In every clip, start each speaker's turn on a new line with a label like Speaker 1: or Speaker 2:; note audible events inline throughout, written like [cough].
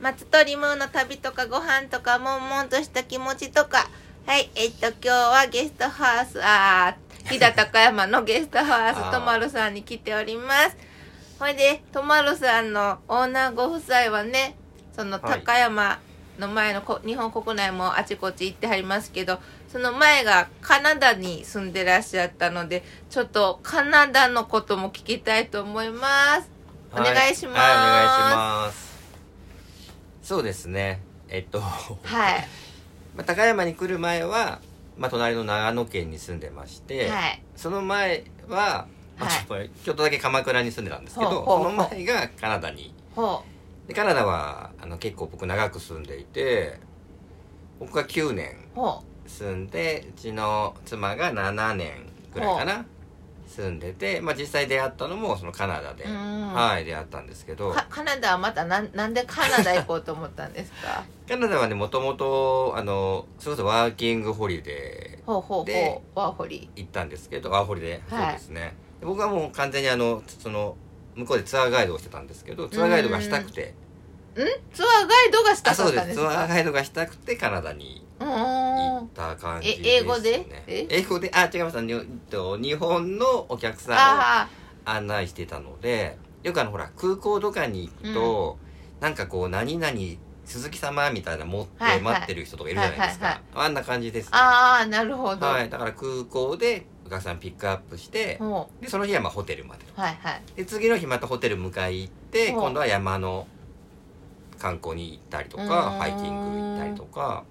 Speaker 1: 松鳥ムーの旅とかご飯とか悶々とした気持ちとかはいえっと今日はゲストハウスあー飛騨高山のゲストハウ
Speaker 2: あー
Speaker 1: スとまるさんに来ておりますほいでとまるさんのオーナーご夫妻はねその
Speaker 2: はい
Speaker 1: 高山の前のこ日本国内もあちこち行ってはりますけどその前がカナダに住んでらっしゃったのでちょっとカナダのことも聞きたいと思いますお願いします
Speaker 2: はい、はいお願いしますそうですねえっと、 [laughs]
Speaker 1: はい
Speaker 2: まあ、高山に来る前は、まあ、隣の長野県に住んでまして、
Speaker 1: はい
Speaker 2: その前は、まあ、
Speaker 1: はい
Speaker 2: ちょっとちょっとだけ鎌倉に住んでたんですけど
Speaker 1: ほうほう
Speaker 2: その前がカナダに
Speaker 1: ほ
Speaker 2: でカナダはあの結構僕長く住んでいて僕が9年
Speaker 1: うほ
Speaker 2: 住んでうちの妻が7年ぐらいかな住んでて、まあ、実際出会ったのもそのカナダで、
Speaker 1: うん
Speaker 2: はい、出会ったんですけ
Speaker 1: う
Speaker 2: ど
Speaker 1: かカナダはまたなんなんでカナダ行こうと思ったんです
Speaker 2: [laughs]
Speaker 1: か
Speaker 2: カナダはねもともとあのそれこそワーキングホリデ
Speaker 1: ほうほう
Speaker 2: で
Speaker 1: ほうワーホリ
Speaker 2: ー行ったんですけどワーホリデー、
Speaker 1: はい
Speaker 2: そうですねで僕はもう完全にあのその向こうでツアーガイドをしてたんですけどツアーガイドがしたくて
Speaker 1: ツアーガイドがした
Speaker 2: あ
Speaker 1: か
Speaker 2: そ
Speaker 1: っ
Speaker 2: う
Speaker 1: たん
Speaker 2: で
Speaker 1: ですす
Speaker 2: ツアー
Speaker 1: か
Speaker 2: ガイドがしたくてカナダに
Speaker 1: う
Speaker 2: 行
Speaker 1: ー
Speaker 2: っ
Speaker 1: ん
Speaker 2: た感じです、ね、
Speaker 1: え英語でえ
Speaker 2: 英語であ違いますにえっと日本のお客さんを
Speaker 1: あ
Speaker 2: 案内してたのでよくあのほら空港とかに行くと、なんかこう何々鈴木様みたいな持っ
Speaker 1: はいはい
Speaker 2: て待ってる人とかいるじゃないですか、
Speaker 1: はいは
Speaker 2: あんな感じです、ね
Speaker 1: あああなるほど、
Speaker 2: はい、だから空港でお客さんピックアップして、
Speaker 1: ほ
Speaker 2: でその日はまあホテルまで
Speaker 1: うはいはい
Speaker 2: で次の日またホテル迎え行って
Speaker 1: ほう
Speaker 2: 今度は山の観光に行ったりと
Speaker 1: う
Speaker 2: か
Speaker 1: ーん
Speaker 2: ハイキング行ったりとか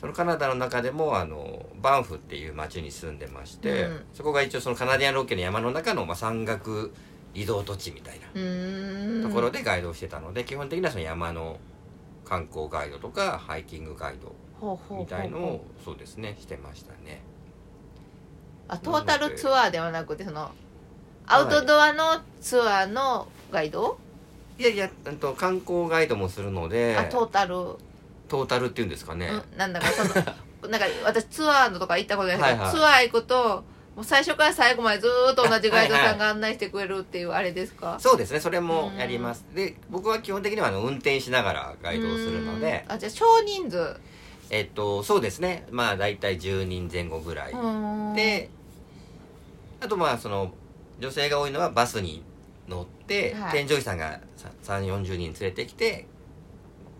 Speaker 2: そのカナダの中でもあのバンフっていう町に住んでまして、
Speaker 1: うん
Speaker 2: そこが一応そのカナディアンロッキーの山の中の、まあ、山岳移動土地みたいう
Speaker 1: ーん
Speaker 2: なところでガイドをしてたので、基本的にはその山の観光ガイドとかハイキングガイド
Speaker 1: ほうほうほうほう
Speaker 2: みたいのをそうですねしてましたね
Speaker 1: あトータルツアーではなくてそのアウトドアのツアーのガイド、
Speaker 2: いやいやうんと観光ガイドもするので
Speaker 1: あトータル、う
Speaker 2: トータルっていうんですかね、
Speaker 1: ん、なんだかその [laughs] なんか私ツアーのとか行ったことないですけど、
Speaker 2: はいはい
Speaker 1: ツアー行くともう最初から最後までずーっと同じガイドさんが案内してくれるっていうあれですか
Speaker 2: そうですねそれもやりますで僕は基本的にはあの運転しながらガイドをするので
Speaker 1: うーんあじゃあ少人数
Speaker 2: えっとそうですねまあ大体10人前後ぐらい、
Speaker 1: うーん
Speaker 2: であとまあその女性が多いのはバスに乗って、
Speaker 1: はい
Speaker 2: 添乗員さんが3 4 0人連れてきて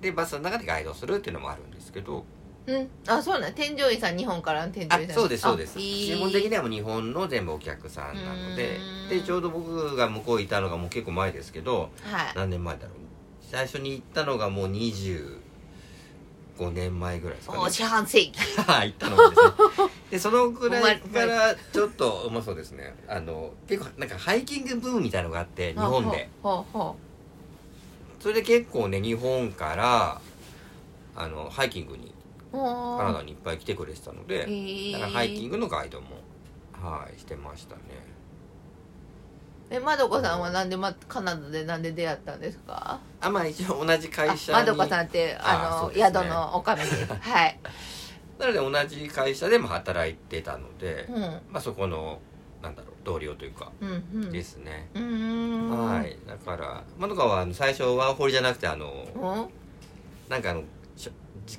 Speaker 2: でバスの中でガイドするっていうのもあるんですけど
Speaker 1: うんあそうなん添乗員さん日本からの添乗
Speaker 2: あ
Speaker 1: 員さん
Speaker 2: そうですそうです
Speaker 1: あいい
Speaker 2: 基本的にはもう日本の全部お客さんなので
Speaker 1: うーん
Speaker 2: でちょうど僕が向こういたのがもう結構前ですけど
Speaker 1: はい
Speaker 2: 何年前だろう最初に行ったのがもう25年前ぐらいですかね
Speaker 1: お四半世紀
Speaker 2: [laughs] はい行ったの
Speaker 1: [laughs]
Speaker 2: がですねでそのぐらい
Speaker 1: お
Speaker 2: か
Speaker 1: 前
Speaker 2: らちょっとまあそうですねあの結構なんかハイキングブームみたいのがあって日本で
Speaker 1: ほうほうほ
Speaker 2: それで結構ね日本からあのハイキングに
Speaker 1: うほう
Speaker 2: カナダにいっぱい来てくれてたので
Speaker 1: へ
Speaker 2: だ
Speaker 1: ー
Speaker 2: からハイキングのガイドもはいしてましたね
Speaker 1: えまどこさんはなんで、ま、カナダでなんで出会ったんですか
Speaker 2: あまあ一応同じ会社に
Speaker 1: あまどこさんって
Speaker 2: あー
Speaker 1: あ
Speaker 2: そ
Speaker 1: の
Speaker 2: うですね
Speaker 1: 宿のおかみ
Speaker 2: [laughs]
Speaker 1: ですはい、
Speaker 2: なので同じ会社でも働いてたので、
Speaker 1: うん、
Speaker 2: まあ、そこのなんだろう同僚というか
Speaker 1: うんうん
Speaker 2: ですね、
Speaker 1: うーん
Speaker 2: はいだからまどかはあの最初ワーホリじゃなくてあの
Speaker 1: うん
Speaker 2: なんかあのしょ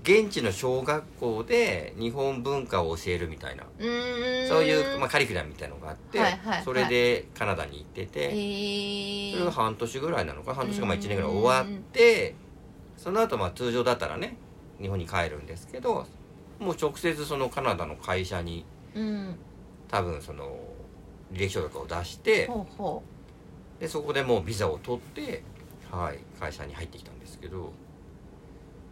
Speaker 2: 現地の小学校で日本文化を教えるみたいな
Speaker 1: うーん
Speaker 2: そういう、まあ、カリキュラムみたいなのがあって、
Speaker 1: はいはいはい
Speaker 2: それでカナダに行ってて、
Speaker 1: えー
Speaker 2: それが半年ぐらいなのか半年かまあ1年ぐらい終わってその後まあ通常だったらね日本に帰るんですけどもう直接そのカナダの会社に
Speaker 1: うん
Speaker 2: 多分その履歴書とかを出して
Speaker 1: ほうほ
Speaker 2: でそこでもうビザを取って、はい、会社に入ってきたんですけど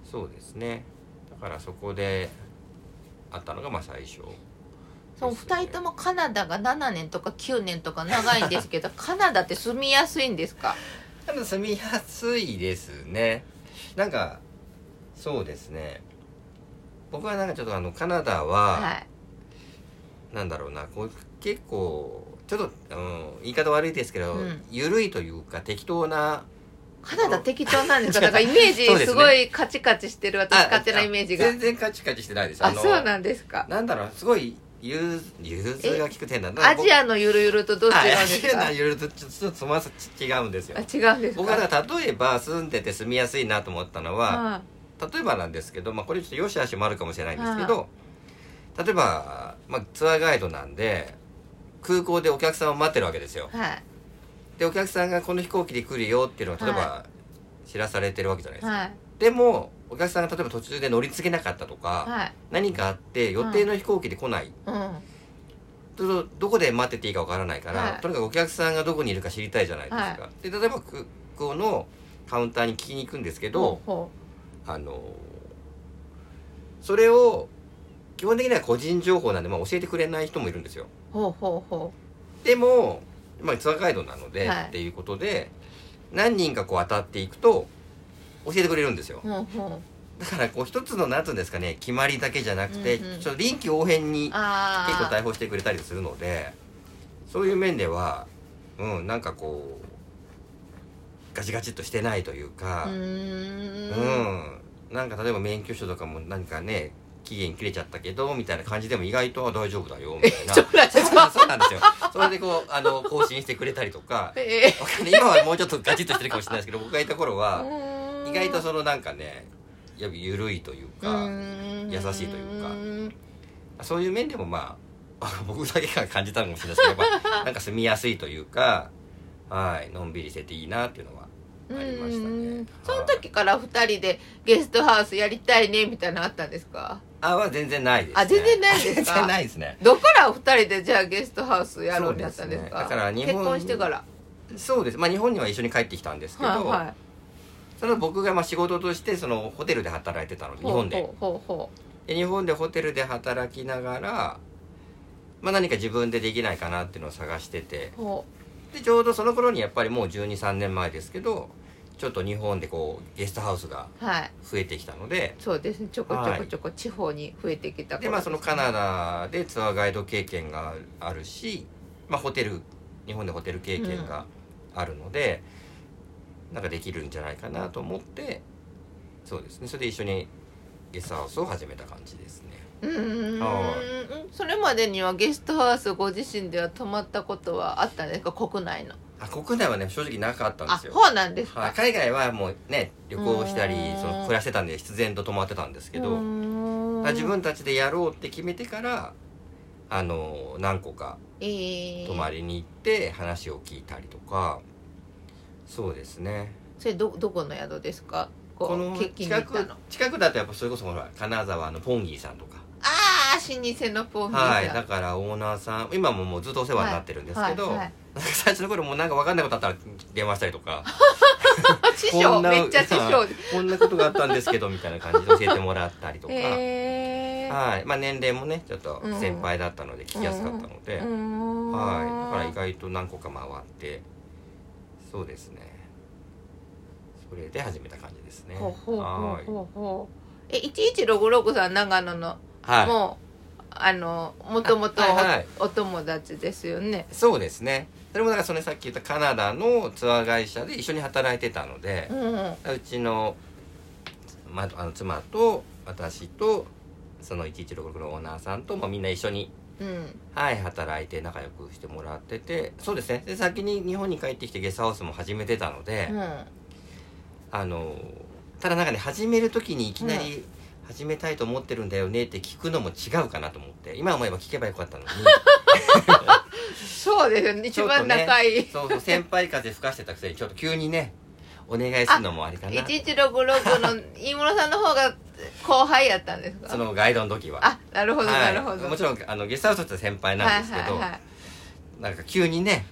Speaker 2: そうですねだからそこであったのがまあ最初
Speaker 1: うそう二人ともカナダが7年とか9年とか長いんですけど [laughs] カナダって住みやすいんですか
Speaker 2: 多分住みやすいですねなんかそうですね僕はなんかちょっとあのカナダは、
Speaker 1: はい
Speaker 2: なんだろうなこう結構ちょっと、うん、言い方悪いですけど、
Speaker 1: うん
Speaker 2: 緩いというか適当な
Speaker 1: カナダ適当なんですかなんかイメージ
Speaker 2: [laughs] そうですね
Speaker 1: すごいカチカチしてる私
Speaker 2: あ
Speaker 1: 勝手なイメージが
Speaker 2: 全然カチカチしてないです
Speaker 1: あそう
Speaker 2: な
Speaker 1: なんですか
Speaker 2: なんだろうすごい融融通が利く点なんだ
Speaker 1: アジアのゆるゆるとどう違うん
Speaker 2: はい
Speaker 1: ですか
Speaker 2: アジアの融通とちょっとつまさ違うんですよ
Speaker 1: あ違うんですか
Speaker 2: 僕はだから例えば住んでて住みやすいなと思ったの
Speaker 1: は
Speaker 2: は、例えばなんですけど、まあ、これちょっと良し悪しもあるかもしれないんですけど、例えば、まあ、ツアーガイドなんで空港でお客さんを待ってるわけですよ
Speaker 1: い、はい
Speaker 2: でお客さんがこの飛行機で来るよっていうのが例えば
Speaker 1: は
Speaker 2: 知らされてるわけじゃないですか、
Speaker 1: はい
Speaker 2: でもお客さんが例えば途中で乗り継げなかったとか、
Speaker 1: はい
Speaker 2: 何かあって予定の飛行機で来ない、
Speaker 1: うん
Speaker 2: ちょっとどこで待ってていいかわからないから、
Speaker 1: はい
Speaker 2: とにかくお客さんがどこにいるか知りたいじゃないですか、で例えば空港のカウンターに聞きに行くんですけど、
Speaker 1: ほうほ
Speaker 2: あのーそれを基本的には個人情報なんで、まあ、教えてくれない人もいるんですよ
Speaker 1: うほうほうほ
Speaker 2: でも、まあ、ツアーガイドなので、
Speaker 1: はい
Speaker 2: っていうことで何人かこう当たっていくと教えてくれるんですよ
Speaker 1: うほうほ
Speaker 2: だからこう一つの何て言うんですかね決まりだけじゃなくて、
Speaker 1: うんうん
Speaker 2: ちょっと臨機応変に
Speaker 1: うあ
Speaker 2: 結構
Speaker 1: あ
Speaker 2: 対応してくれたりするのでそういう面ではうんなんかこうガチガチっとしてないというか、
Speaker 1: うー
Speaker 2: う
Speaker 1: ん
Speaker 2: ん、なんか例えば免許証とかも何かね期限切れちゃったけどみたいな感じでも意外とあ大丈夫だよみたいな
Speaker 1: そら
Speaker 2: そうなんそうなんですよそれでこうあの更新してくれたりとか
Speaker 1: ええ
Speaker 2: わかんない今はもうちょっとガチッとしてるかもしれないですけど僕がいた頃
Speaker 1: う
Speaker 2: は
Speaker 1: ーん
Speaker 2: 意外とそのなんかねやっぱ緩いという
Speaker 1: う
Speaker 2: か、
Speaker 1: ーん
Speaker 2: 優しいというかそういう面でもまああ僕だけが感じたのかもしれないですけどやっぱなんか住みやすいというかはいのんびりしてていいなっていうのは
Speaker 1: う
Speaker 2: ありましたね
Speaker 1: ー
Speaker 2: は
Speaker 1: ん
Speaker 2: い
Speaker 1: その時から二人でゲストハウスやりたいねみたいなのあったんですか
Speaker 2: あは全然ないです、ね、
Speaker 1: あ全然ないですか
Speaker 2: [laughs] 全然ないですね
Speaker 1: どこから二人でじゃあゲストハウスやろうってなったんですか
Speaker 2: そうですねだから日本
Speaker 1: 結婚してから
Speaker 2: そうです、まあ、日本には一緒に帰ってきたんですけど、
Speaker 1: はいは
Speaker 2: その僕がまあ仕事としてそのホテルで働いてたので
Speaker 1: い
Speaker 2: 日本で
Speaker 1: ほうほうほ
Speaker 2: で日本でホテルで働きながら、まあ、何か自分でできないかなっていうのを探してて
Speaker 1: うほ
Speaker 2: でちょうどその頃にやっぱりもう123年前ですけどちょっと日本でこうゲストハウスが
Speaker 1: うはい
Speaker 2: 増えてきたので
Speaker 1: そうですねちょこちょこちょこ地方に増えてきた
Speaker 2: で、まあ、そのカ
Speaker 1: ダ
Speaker 2: ナダでツアーガイド経験があるし、まあ、ホテル日本でホテル経験があるので、なんかできるんじゃないかなと思ってそうですねそれで一緒にゲストハウスを始めた感じですね
Speaker 1: うーん
Speaker 2: は
Speaker 1: それまでにはゲストハウスご自身では泊まったことはあったんですか国内の
Speaker 2: あ国内はね正直なかったんで
Speaker 1: あ
Speaker 2: すよ
Speaker 1: そうなんです
Speaker 2: はい
Speaker 1: か
Speaker 2: 海外はもうね旅行したり
Speaker 1: うん
Speaker 2: その暮らしてたんで必然と泊まってたんですけど、
Speaker 1: うーん
Speaker 2: だから自分たちでやろうって決めてからあの何個か
Speaker 1: えー
Speaker 2: 泊まりに行って話を聞いたりとかそうですね
Speaker 1: それどどこの宿ですかこう
Speaker 2: この
Speaker 1: 聞きに行
Speaker 2: 近
Speaker 1: った
Speaker 2: く
Speaker 1: の
Speaker 2: 近くだとやっぱそれこそほら金沢のポンギーさんとか
Speaker 1: ああ老舗のポンビ
Speaker 2: はいだからオーナーさん今ももうずっとお世話になってるんですけど、
Speaker 1: はいはい
Speaker 2: なんか最初の頃もうなんか分かんないことあったら電話したりとか
Speaker 1: あ [laughs] 師
Speaker 2: こ
Speaker 1: 匠
Speaker 2: んな
Speaker 1: めっち
Speaker 2: [laughs]
Speaker 1: ゃ師匠で
Speaker 2: こんなことがあったんですけどみたいな感じで教えてもらったりとか、
Speaker 1: [laughs] へえ
Speaker 2: はいまあ、年齢もねちょっと先輩だったので聞きやすかったので、はい、だから意外と何個か回ってそうですねそれで始めた感じですね
Speaker 1: ほうほうほ
Speaker 2: は
Speaker 1: う
Speaker 2: い
Speaker 1: ほうほうえ1166さん長野の
Speaker 2: はい
Speaker 1: もうあのもともと
Speaker 2: あはいはい
Speaker 1: お友達ですよね
Speaker 2: そうですねそれもだからそれさっき言ったカナダのツアー会社で一緒に働いてたので
Speaker 1: う、んは
Speaker 2: うちの,、ま、あの妻と私とその1166のオーナーさんと、まあ、みんな一緒に、はい、働いて仲良くしてもらっててそうですねで先に日本に帰ってきてゲストハウスも始めてたので、あのただなんかね始める時にいきなり始めたいと思ってるんだよねって聞くのも違うかなと思って今思えば聞けばよかった
Speaker 1: [laughs]
Speaker 2: のに
Speaker 1: そうですよね一番仲いい
Speaker 2: そうそう先輩風吹かしてたくせにちょっと急にねお願いするのもあ
Speaker 1: [laughs]
Speaker 2: れかな
Speaker 1: 1166の飯室さんの方が後輩やったんです
Speaker 2: そ
Speaker 1: か
Speaker 2: のガイドの時は
Speaker 1: あなるほど
Speaker 2: は
Speaker 1: ないるほど
Speaker 2: もちろんあのゲストハウスって先輩なんですけど、
Speaker 1: はいはいはい
Speaker 2: なんか急に
Speaker 1: [laughs]
Speaker 2: ね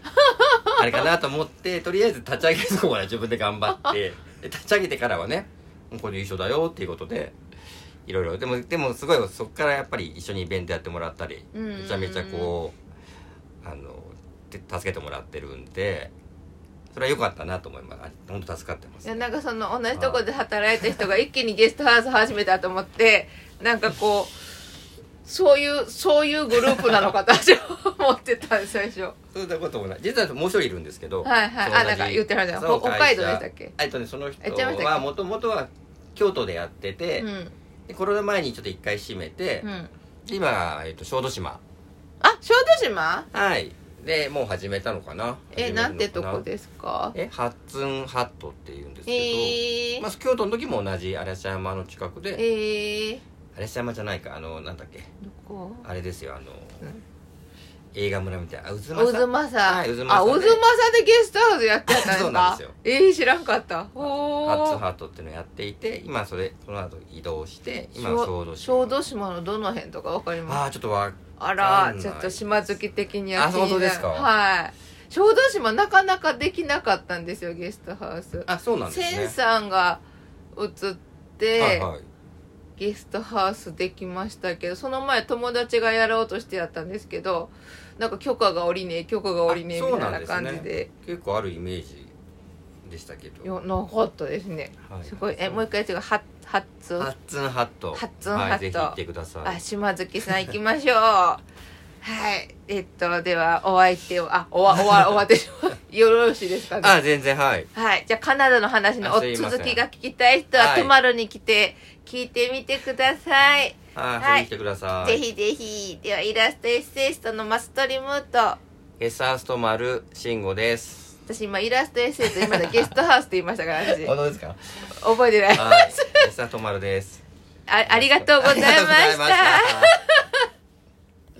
Speaker 2: あれかなと思ってとりあえず立ち上げるとこまで自分で頑張
Speaker 1: [laughs]
Speaker 2: ってで立ち上げてからはねもうこれで一緒だよっていうことでいろいろでもでもすごいそこからやっぱり一緒にイベントやってもらったり
Speaker 1: うんうんうん
Speaker 2: めちゃめちゃこうあのて助けてもらってるんでそれは良かったなと思いますあ本当助かってま
Speaker 1: い
Speaker 2: す
Speaker 1: やなんかその同じとこで働いた人が一気にゲストハウス始めたと思ってなんかこうそういうそういうグループなのかと私は思ってたんです最初
Speaker 2: そんなこともない実はもう一人いるんですけど
Speaker 1: はいはい
Speaker 2: その
Speaker 1: あなんか言ってました
Speaker 2: その
Speaker 1: ほ北海
Speaker 2: 会社
Speaker 1: 道でしたっけ
Speaker 2: えっとねその人
Speaker 1: やっちゃいましたっ
Speaker 2: は
Speaker 1: け
Speaker 2: もともとは京都でやってて、
Speaker 1: うん
Speaker 2: でコロナ前にちょっと一回閉めて、
Speaker 1: うん
Speaker 2: 今、えっと小豆島
Speaker 1: あ小豆島
Speaker 2: はいでもう始めたのかな
Speaker 1: え
Speaker 2: 始めるのか
Speaker 1: なんてとこですか
Speaker 2: えハッツンハットっていうんですけど、
Speaker 1: へえ
Speaker 2: まあ、京都の時も同じ嵐山の近くで
Speaker 1: えー、
Speaker 2: 嵐山じゃないかあのなんだっけ
Speaker 1: どこ
Speaker 2: あれですよあの、
Speaker 1: うん
Speaker 2: 映画村みたいなあ渦
Speaker 1: あ渦
Speaker 2: 政
Speaker 1: 政、
Speaker 2: はい渦政
Speaker 1: あ渦
Speaker 2: ね
Speaker 1: 政でゲストハウスやってたんですか
Speaker 2: そうなんですよ
Speaker 1: えー、知らんかったほ
Speaker 2: ハッツン
Speaker 1: ー
Speaker 2: ハットっていうのをやっていて今それその後移動して今小
Speaker 1: 小
Speaker 2: 豆
Speaker 1: 小
Speaker 2: 島
Speaker 1: 豆島のどの辺とかわかります
Speaker 2: ああちょっとわ
Speaker 1: あ
Speaker 2: わか
Speaker 1: ら
Speaker 2: んない
Speaker 1: ちょっと島好き的には
Speaker 2: あ
Speaker 1: 気になる
Speaker 2: 本当ですか
Speaker 1: はい小豆島なかなかできなかったんですよゲストハウス
Speaker 2: あそうなんです
Speaker 1: 千
Speaker 2: ね
Speaker 1: さんが移って、
Speaker 2: はいはい
Speaker 1: ゲストハウスできましたけどその前友達がやろうとしてやったんですけどなんか許可が下りねえ許可が下りねえ
Speaker 2: あ
Speaker 1: み
Speaker 2: そう
Speaker 1: た
Speaker 2: な
Speaker 1: な
Speaker 2: いんですね
Speaker 1: 感じで
Speaker 2: 結構あるイメージでしたけ
Speaker 1: いや
Speaker 2: ど
Speaker 1: なかったですね
Speaker 2: はい
Speaker 1: すごいえもう一回違うハッハッツ
Speaker 2: ハッツンハット
Speaker 1: ハッツンハット
Speaker 2: はい、ぜひ行ってくださ
Speaker 1: あ
Speaker 2: い
Speaker 1: 島月さん行きましょうはいえっとではお相手をあおわおわ
Speaker 2: [laughs]
Speaker 1: 終わってしまうよろしいですかね
Speaker 2: あ全然はい
Speaker 1: はい。じゃあ、カナダの話のお
Speaker 2: あすいません
Speaker 1: 続きが聞きたい人は、
Speaker 2: はい
Speaker 1: トマロに来て、聞いてみてください。
Speaker 2: はい、
Speaker 1: はい
Speaker 2: 遊びに来てください
Speaker 1: ぜひぜひ。では、イラストエッセイストのマストリムート。
Speaker 2: ゲスハウスと丸慎吾です
Speaker 1: 私今、イラストエッセイスト、今だゲストハウスって言いましたから、私。
Speaker 2: [laughs] 当ですか
Speaker 1: 覚えてない。 [laughs]
Speaker 2: はいゲスハウスと丸です
Speaker 1: あありがとうございまし
Speaker 2: ありがとうござい
Speaker 1: た
Speaker 2: ま。した